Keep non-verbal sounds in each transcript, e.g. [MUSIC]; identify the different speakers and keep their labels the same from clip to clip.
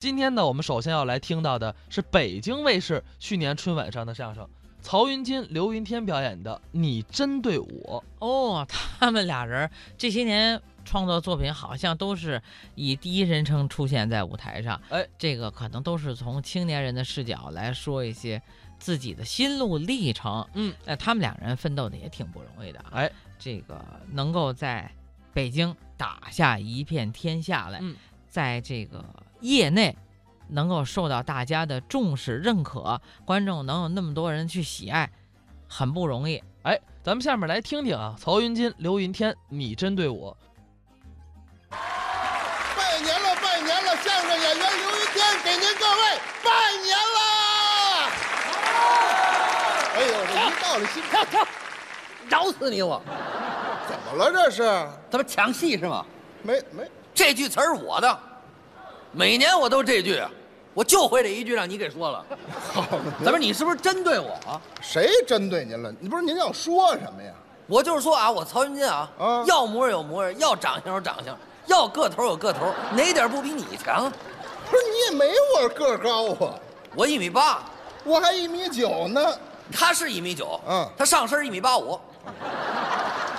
Speaker 1: 今天呢，我们首先要来听到的是北京卫视去年春晚上的相声，曹云金、刘云天表演的《你针对我
Speaker 2: 哦，他们俩人这些年创作作品好像都是以第一人称出现在舞台上。
Speaker 1: 哎，
Speaker 2: 这个可能都是从青年人的视角来说一些自己的心路历程。
Speaker 1: 嗯，
Speaker 2: 呃，他们俩人奋斗的也挺不容易的啊。
Speaker 1: 哎，
Speaker 2: 这个能够在北京打下一片天下来，
Speaker 1: 嗯
Speaker 2: 在这个业内。能够受到大家的重视认可，观众能有那么多人去喜爱，很不容易。》。
Speaker 1: 哎，咱们下面来听听啊，曹云金、刘云天，《你针对我》。
Speaker 3: 拜年了，拜年了！相声演员刘云天给您各位拜年啦！哎呦，这一到了新
Speaker 4: 跳跳，饶死你我！
Speaker 3: 怎么了？这是
Speaker 4: 怎么抢戏是吗？
Speaker 3: 没没
Speaker 4: 这句词儿我的，每年我都这句，啊我就会这一句，让你给说了。
Speaker 3: 好了
Speaker 4: 怎么你是不是针对我啊？
Speaker 3: 谁针对您了？你不是您要说什么呀？
Speaker 4: 我就是说啊，我曹云金啊，
Speaker 3: 啊
Speaker 4: 要模样有模样，要长相有长相，要个头有个头，哪点不比你强？
Speaker 3: 不是你也没我个儿高啊，
Speaker 4: 我一米八，
Speaker 3: 我还一米九呢，
Speaker 4: 他是一米九，
Speaker 3: 嗯
Speaker 4: 他上身一米八五，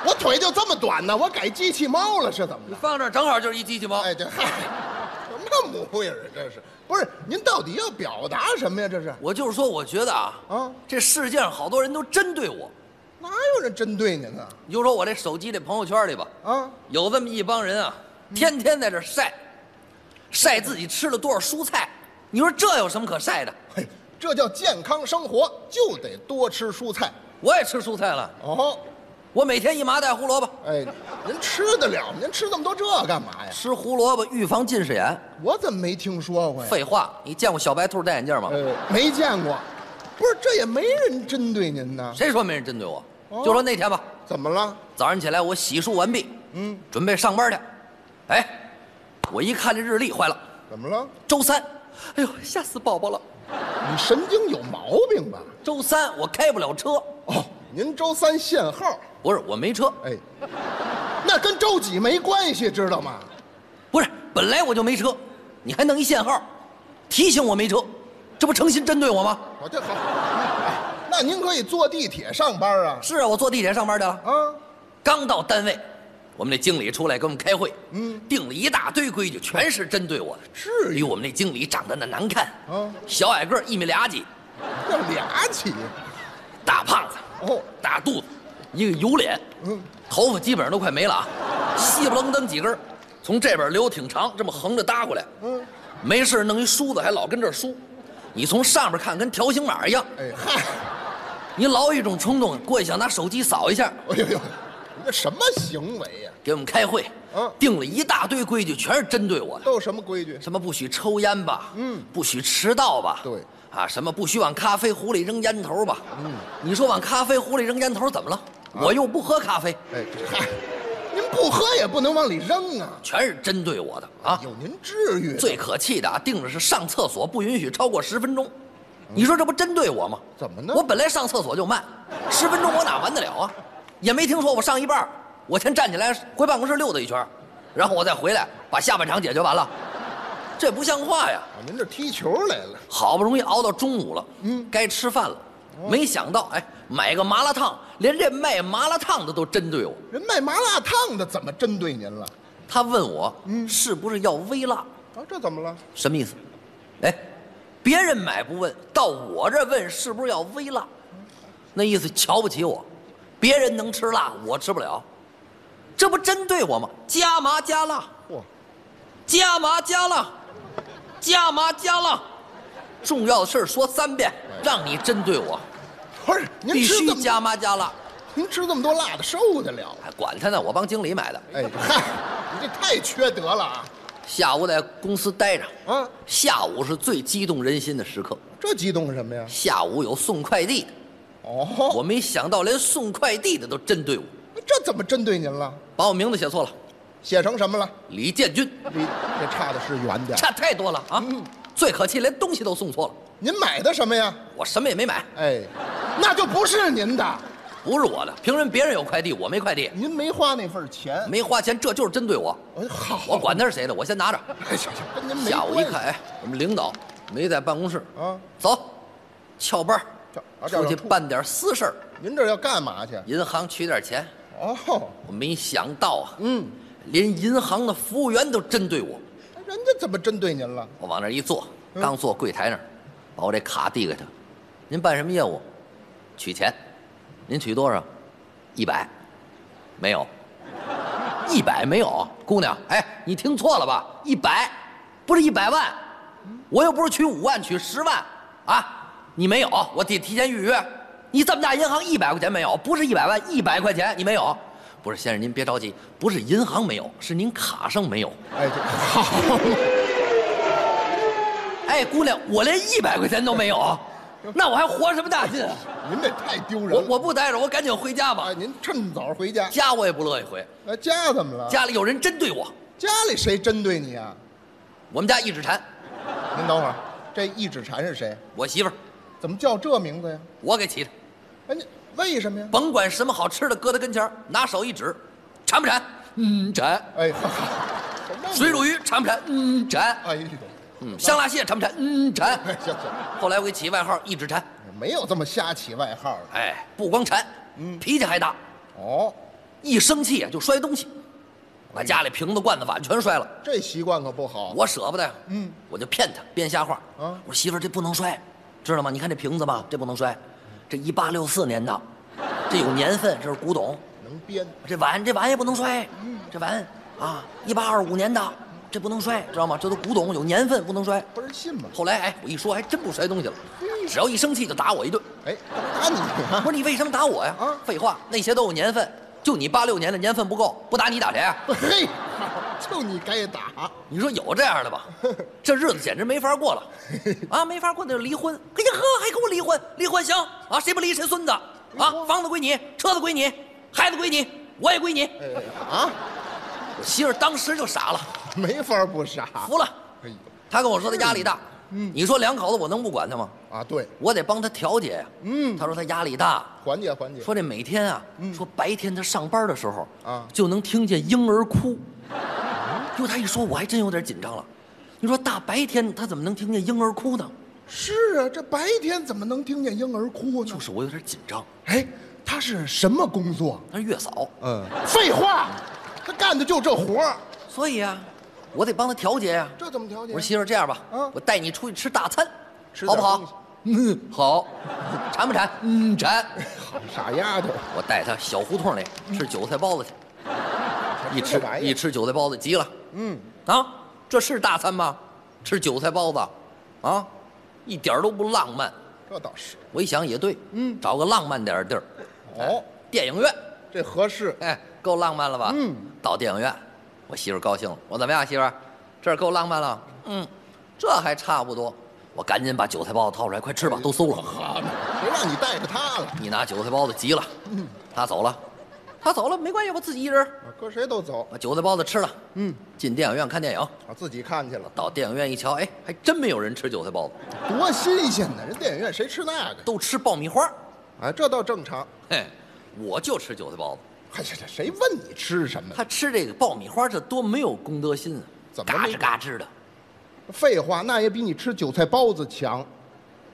Speaker 3: 我腿就这么短呢，我改机器猫了是怎么
Speaker 4: 你
Speaker 3: 的？
Speaker 4: 放这儿正好就是一机器猫。
Speaker 3: 哎，这嗨，什么模样啊？这是不是您到底要表达什么呀？这是
Speaker 4: 我就是说，我觉得啊，
Speaker 3: 啊
Speaker 4: 这世界上好多人都针对我，
Speaker 3: 哪有人针对您呢？
Speaker 4: 你就说我这手机这朋友圈里吧，
Speaker 3: 啊，
Speaker 4: 有这么一帮人啊，天天在这儿晒，晒自己吃了多少蔬菜。你说这有什么可晒的？
Speaker 3: 嘿，这叫健康生活，就得多吃蔬菜。
Speaker 4: 我也吃蔬菜了，
Speaker 3: 哦，
Speaker 4: 我每天一麻袋胡萝卜，
Speaker 3: 哎，您吃得了吗？您吃这么多这干嘛呀？
Speaker 4: 吃胡萝卜预防近视眼。
Speaker 3: 我怎么没听说过呀？
Speaker 4: 废话，你见过小白兔戴眼镜吗？
Speaker 3: 呃，没见过。不是，这也没人针对您呢。
Speaker 4: 谁说没人针对我？
Speaker 3: 哦
Speaker 4: 就说那天吧，
Speaker 3: 怎么了？
Speaker 4: 早上起来我洗漱完毕，
Speaker 3: 嗯，
Speaker 4: 准备上班去。哎，我一看这日历，坏了，
Speaker 3: 怎么了？
Speaker 4: 周三，哎呦，吓死宝宝了！
Speaker 3: 你神经有毛病吧？
Speaker 4: 周三我开不了车，
Speaker 3: 哦，您周三限号。
Speaker 4: 不是我没车，
Speaker 3: 哎，那跟周几没关系，知道吗？
Speaker 4: 不是，本来我就没车，你还弄一限号，提醒我没车，这不诚心针对我吗？
Speaker 3: 我这好、哎那您可以坐地铁上班啊。
Speaker 4: 是啊，我坐地铁上班去了，
Speaker 3: 啊，
Speaker 4: 刚到单位，我们那经理出来跟我们开会，
Speaker 3: 嗯
Speaker 4: 定了一大堆规矩，全是针对我的。
Speaker 3: 至于
Speaker 4: 于我们那经理长得那难看，
Speaker 3: 啊
Speaker 4: 小矮个儿一米俩几，
Speaker 3: 这俩起。
Speaker 4: 大胖子，
Speaker 3: 哦，
Speaker 4: 大肚子，一个油脸，
Speaker 3: 嗯。
Speaker 4: 头发基本上都快没了啊，稀不楞登几根儿，从这边留挺长，这么横着搭过来。
Speaker 3: 嗯，
Speaker 4: 没事儿弄一梳子，还老跟这儿梳。你从上边看跟条形码一样，
Speaker 3: 哎嗨，
Speaker 4: 你老有一种冲动过去想拿手机扫一下。
Speaker 3: 哎呦呦，你这什么行为呀、
Speaker 4: 给我们开会，
Speaker 3: 嗯
Speaker 4: 定了一大堆规矩，全是针对我的，
Speaker 3: 都有什么规矩？
Speaker 4: 什么不许抽烟吧，
Speaker 3: 嗯
Speaker 4: 不许迟到吧，
Speaker 3: 对，
Speaker 4: 啊，什么不许往咖啡壶里扔烟头吧，
Speaker 3: 嗯，啊
Speaker 4: 你说往咖啡壶里扔烟头怎么了？我又不喝咖啡，
Speaker 3: 哎，嗨，您不喝也不能往里扔啊！
Speaker 4: 全是针对我的啊。
Speaker 3: 有您至于？
Speaker 4: 最可气的啊，定的是上厕所不允许超过十分钟。你说这不针对我吗？
Speaker 3: 怎么呢
Speaker 4: 我本来上厕所就慢，十分钟我哪完得了啊？也没听说我上一半儿，我先站起来回办公室溜达一圈儿，然后我再回来把下半场解决完了，这不像话呀！
Speaker 3: 啊您这踢球来了？
Speaker 4: 好不容易熬到中午了，
Speaker 3: 嗯
Speaker 4: 该吃饭了，没想到哎，买个麻辣烫，连这卖麻辣烫的都针对我。
Speaker 3: 人卖麻辣烫的怎么针对您了？
Speaker 4: 他问我，
Speaker 3: 嗯
Speaker 4: 是不是要微辣？
Speaker 3: 啊，这怎么了？
Speaker 4: 什么意思？哎，别人买不问，到我这问是不是要微辣？那意思瞧不起我，别人能吃辣，我吃不了，这不针对我吗？加麻加辣，
Speaker 3: 嚯，
Speaker 4: 加麻加辣，加麻加辣，重要的事儿说三遍，让你针对我，
Speaker 3: 不是哎您
Speaker 4: 必
Speaker 3: 吃
Speaker 4: 须
Speaker 3: 这么
Speaker 4: 加麻加辣。
Speaker 3: 您吃这么多辣的受得了？啊
Speaker 4: 哎，管他呢，我帮经理买的，
Speaker 3: 哎嗨，你这太缺德了啊！
Speaker 4: 下午在公司待着，
Speaker 3: 啊，
Speaker 4: 下午是最激动人心的时刻，
Speaker 3: 这激动什么呀？
Speaker 4: 下午有送快递的。
Speaker 3: 哦，
Speaker 4: 我没想到连送快递的都针对我，
Speaker 3: 这怎么针对您了？
Speaker 4: 把我名字写错了，
Speaker 3: 写成什么了？
Speaker 4: 李建军，
Speaker 3: 离这差的是远点儿。
Speaker 4: 差太多了啊！
Speaker 3: 嗯
Speaker 4: 最可气，连东西都送错了，
Speaker 3: 您买的什么呀？
Speaker 4: 我什么也没买，
Speaker 3: 哎，那就不是您的。
Speaker 4: 不是我的，凭什么别人有快递我没快递？
Speaker 3: 您没花那份钱，
Speaker 4: 没花钱，这就是针对我。
Speaker 3: 哎好，
Speaker 4: 我管他是谁的，我先拿着。
Speaker 3: 哎行行，跟您没
Speaker 4: 下午一
Speaker 3: 关系
Speaker 4: 看，哎，我们领导没在办公室，
Speaker 3: 啊，
Speaker 4: 走，翘班儿
Speaker 3: 这啊这
Speaker 4: 出
Speaker 3: 要
Speaker 4: 去
Speaker 3: 吐
Speaker 4: 办点私事儿，
Speaker 3: 您这要干嘛去？
Speaker 4: 银行取点钱。
Speaker 3: 哦，
Speaker 4: 我没想到啊，
Speaker 3: 嗯，哎
Speaker 4: 连银行的服务员都针对我。
Speaker 3: 人家怎么针对您了？
Speaker 4: 我往那儿一坐，
Speaker 3: 嗯
Speaker 4: 刚坐柜台那儿，把我这卡递给他。您办什么业务？取钱。您取多少？一百。没有。一百没有，姑娘，哎，你听错了吧？一百，不是一百万。我又不是取五万，取十万啊！你没有，我得提前预约。你这么大银行一百块钱没有，不是一百万，一百块钱你没有。不是先生，您别着急，不是银行没有，是您卡上没有。
Speaker 3: 哎，
Speaker 4: [LAUGHS]
Speaker 3: 这好，
Speaker 4: 哎，姑娘，我连一百块钱都没有，那我还活什么大劲啊？
Speaker 3: 您这太丢人
Speaker 4: 我
Speaker 3: 了。
Speaker 4: 我不待着，我赶紧回家吧
Speaker 3: 哎，。您趁早回家。
Speaker 4: 家我也不乐意回，
Speaker 3: 哎，家怎么了？
Speaker 4: 家里有人针对我，
Speaker 3: 家里谁针对你啊？
Speaker 4: 我们家一指禅，
Speaker 3: 您等会儿，这一指禅是谁？
Speaker 4: 我媳妇儿，
Speaker 3: 怎么叫这名字呀？
Speaker 4: 我给起的，
Speaker 3: 哎，你为什么呀？
Speaker 4: 甭管什么好吃的，搁她跟前儿，拿手一指，馋不馋？嗯，馋。
Speaker 3: 哎， [LAUGHS] 哈哈什么
Speaker 4: 水煮鱼馋不馋？嗯，馋。
Speaker 3: 哎呦，
Speaker 4: 嗯，香辣蟹馋不馋？嗯，馋。
Speaker 3: 哎行行，
Speaker 4: 后来我给起外号一指馋，
Speaker 3: 没有这么瞎起外号的。
Speaker 4: 哎，不光馋，
Speaker 3: 嗯
Speaker 4: 脾气还大，
Speaker 3: 哦，
Speaker 4: 一生气啊就摔东西，把家里瓶子、罐子、碗全摔了。
Speaker 3: 这习惯可不好。
Speaker 4: 我舍不得呀，
Speaker 3: 嗯，
Speaker 4: 我就骗他，编瞎话。
Speaker 3: 啊
Speaker 4: 我说媳妇儿，这不能摔，知道吗？你看这瓶子吧，这不能摔，这一八六四年的，这有年份，这是古董。
Speaker 3: 能编，
Speaker 4: 这碗，这碗也不能摔，
Speaker 3: 嗯
Speaker 4: 这碗啊，一八二五年的，这不能摔，知道吗？这都古董，有年份，不能摔。
Speaker 3: 不是信吗？
Speaker 4: 后来哎，我一说还真不摔东西了，
Speaker 3: 嗯
Speaker 4: 只要一生气就打我一顿。
Speaker 3: 哎，打你啊！
Speaker 4: 不是你为什么打我呀？
Speaker 3: 啊
Speaker 4: 废话，那些都有年份，就你八六年的年份不够，不打你打谁啊？
Speaker 3: 不嘿， [LAUGHS] 就你该打。
Speaker 4: 你说有这样的吧？这日子简直没法过
Speaker 3: [LAUGHS]
Speaker 4: 了，啊，没法过那就离婚。哎呀呵，还跟我离婚？离婚行啊，谁不离谁孙子啊？房子归你，车子归你，孩子归你，我也归你。
Speaker 3: 哎啊，
Speaker 4: 我媳妇儿当时就傻了，
Speaker 3: 没法不傻。
Speaker 4: 服了。
Speaker 3: 哎呦，
Speaker 4: 她跟我说她压力大，
Speaker 3: 嗯
Speaker 4: 你说两口子我能不管她吗？
Speaker 3: 啊对，
Speaker 4: 我得帮她调解呀。
Speaker 3: 嗯
Speaker 4: 她说她压力大，
Speaker 3: 缓解缓解。
Speaker 4: 说这每天啊，说白天她上班的时候
Speaker 3: 啊
Speaker 4: 就能听见婴儿哭。就她一说，我还真有点紧张了。你说大白天她怎么能听见婴儿哭呢？
Speaker 3: 是啊，这白天怎么能听见婴儿哭呢？
Speaker 4: 就，是我有点紧张。
Speaker 3: 哎，他是什么工作？
Speaker 4: 她是月嫂，
Speaker 3: 嗯，废话，他干的就这活儿，
Speaker 4: 所以啊，我得帮她调节呀、
Speaker 3: 这怎么调
Speaker 4: 我
Speaker 3: 解？
Speaker 4: 说媳妇儿，这样吧，
Speaker 3: 嗯
Speaker 4: 我带你出去吃大餐，
Speaker 3: 吃
Speaker 4: 好
Speaker 3: 点
Speaker 4: 不
Speaker 3: 东西
Speaker 4: 好？嗯， [LAUGHS] 好。馋不馋？嗯，馋。
Speaker 3: 傻丫头，
Speaker 4: 我带她小胡同里
Speaker 3: 嗯
Speaker 4: 吃韭菜包子去，一
Speaker 3: 这
Speaker 4: 吃
Speaker 3: 玩意儿
Speaker 4: 一吃韭菜包子急了
Speaker 3: 嗯，
Speaker 4: 啊！这是大餐吗？吃韭菜包子，啊，一点儿都不浪漫。
Speaker 3: 这倒是。
Speaker 4: 我一想也对，
Speaker 3: 嗯
Speaker 4: 找个浪漫点儿的地儿，
Speaker 3: 哦，
Speaker 4: 电影院。
Speaker 3: 这合适。
Speaker 4: 哎，够浪漫了吧？
Speaker 3: 嗯，
Speaker 4: 到电影院，我媳妇儿高兴了。我怎么样，媳妇儿？这儿够浪漫了？嗯，这还差不多。我赶紧把韭菜包子掏出来，快
Speaker 3: 嗯
Speaker 4: 吃吧，都馊了。
Speaker 3: 好，谁让你带着他了？
Speaker 4: 你拿韭菜包子急了，
Speaker 3: 嗯
Speaker 4: 他走了，他走了没关系，我自己一人儿
Speaker 3: 啊搁谁都走。
Speaker 4: 把韭菜包子吃了。
Speaker 3: 嗯，
Speaker 4: 进电影院看电影，
Speaker 3: 我自己看去了，
Speaker 4: 到电影院一瞧，哎，还真没有人吃韭菜包子，
Speaker 3: 多新鲜呢！人电影院谁吃那个？
Speaker 4: 都吃爆米花。
Speaker 3: 啊，这倒正常。
Speaker 4: 嘿，我就吃韭菜包子。
Speaker 3: 哎呀，这谁问你吃什么？
Speaker 4: 他吃这个爆米花，这多没有公德心啊！
Speaker 3: 怎么
Speaker 4: 嘎
Speaker 3: 没
Speaker 4: 吱嘎吱的？
Speaker 3: 废话，那也比你吃韭菜包子强。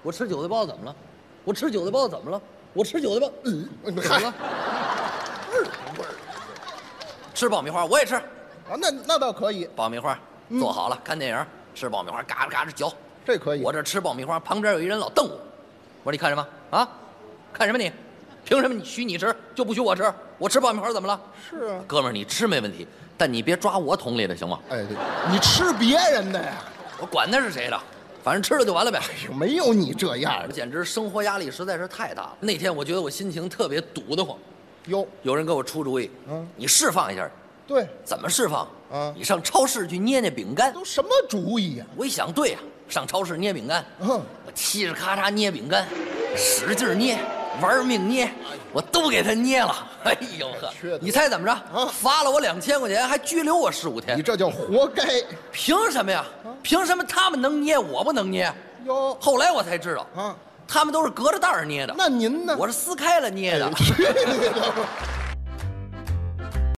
Speaker 4: 我吃韭菜包子怎么了？我吃韭菜包子怎么了？我吃韭菜包，嗯，
Speaker 3: 嗯
Speaker 4: 怎么了？吃爆米花，我也吃
Speaker 3: 啊，那那倒可以，
Speaker 4: 爆米花。做好了，看电影，吃爆米花，嘎吱嘎吱嚼。
Speaker 3: 这可以。
Speaker 4: 我这吃爆米花，旁边有一人老瞪我，我说你看什么啊？看什么你？凭什么你许你吃就不许我吃？我吃爆米花怎么了？
Speaker 3: 是啊，
Speaker 4: 哥们儿，你吃没问题，但你别抓我桶里的行吗？
Speaker 3: 哎，对你吃别人的呀，
Speaker 4: 我管他是谁的，反正吃了就完了呗。
Speaker 3: 就没有你这样
Speaker 4: 我
Speaker 3: 的
Speaker 4: 简直生活压力实在是太大了。那天我觉得我心情特别堵得慌，
Speaker 3: 哟。
Speaker 4: 有人给我出主意，
Speaker 3: 嗯
Speaker 4: 你释放一下，
Speaker 3: 对，
Speaker 4: 怎么释放？
Speaker 3: 嗯
Speaker 4: 你上超市去捏捏饼干。
Speaker 3: 都什么主意呀、
Speaker 4: 我一想，对啊，上超市捏饼干，
Speaker 3: 嗯
Speaker 4: 我嘁哧咔嚓捏饼干，使劲捏，玩命捏，我都给他捏了。哎呦呵
Speaker 3: 缺德，
Speaker 4: 你猜怎么着？
Speaker 3: 嗯
Speaker 4: 罚了我两千块钱，还拘留我十五
Speaker 3: 你啊
Speaker 4: 天，
Speaker 3: 这叫活该
Speaker 4: 凭什么呀？凭什么他们能捏，我不能捏？啊
Speaker 3: 哟。
Speaker 4: 后来我才知道，
Speaker 3: 啊，
Speaker 4: 他们都是隔着袋儿捏的，
Speaker 3: 那您呢？
Speaker 4: 我是撕开了捏的。
Speaker 3: 哎 [LAUGHS] 去你的吧！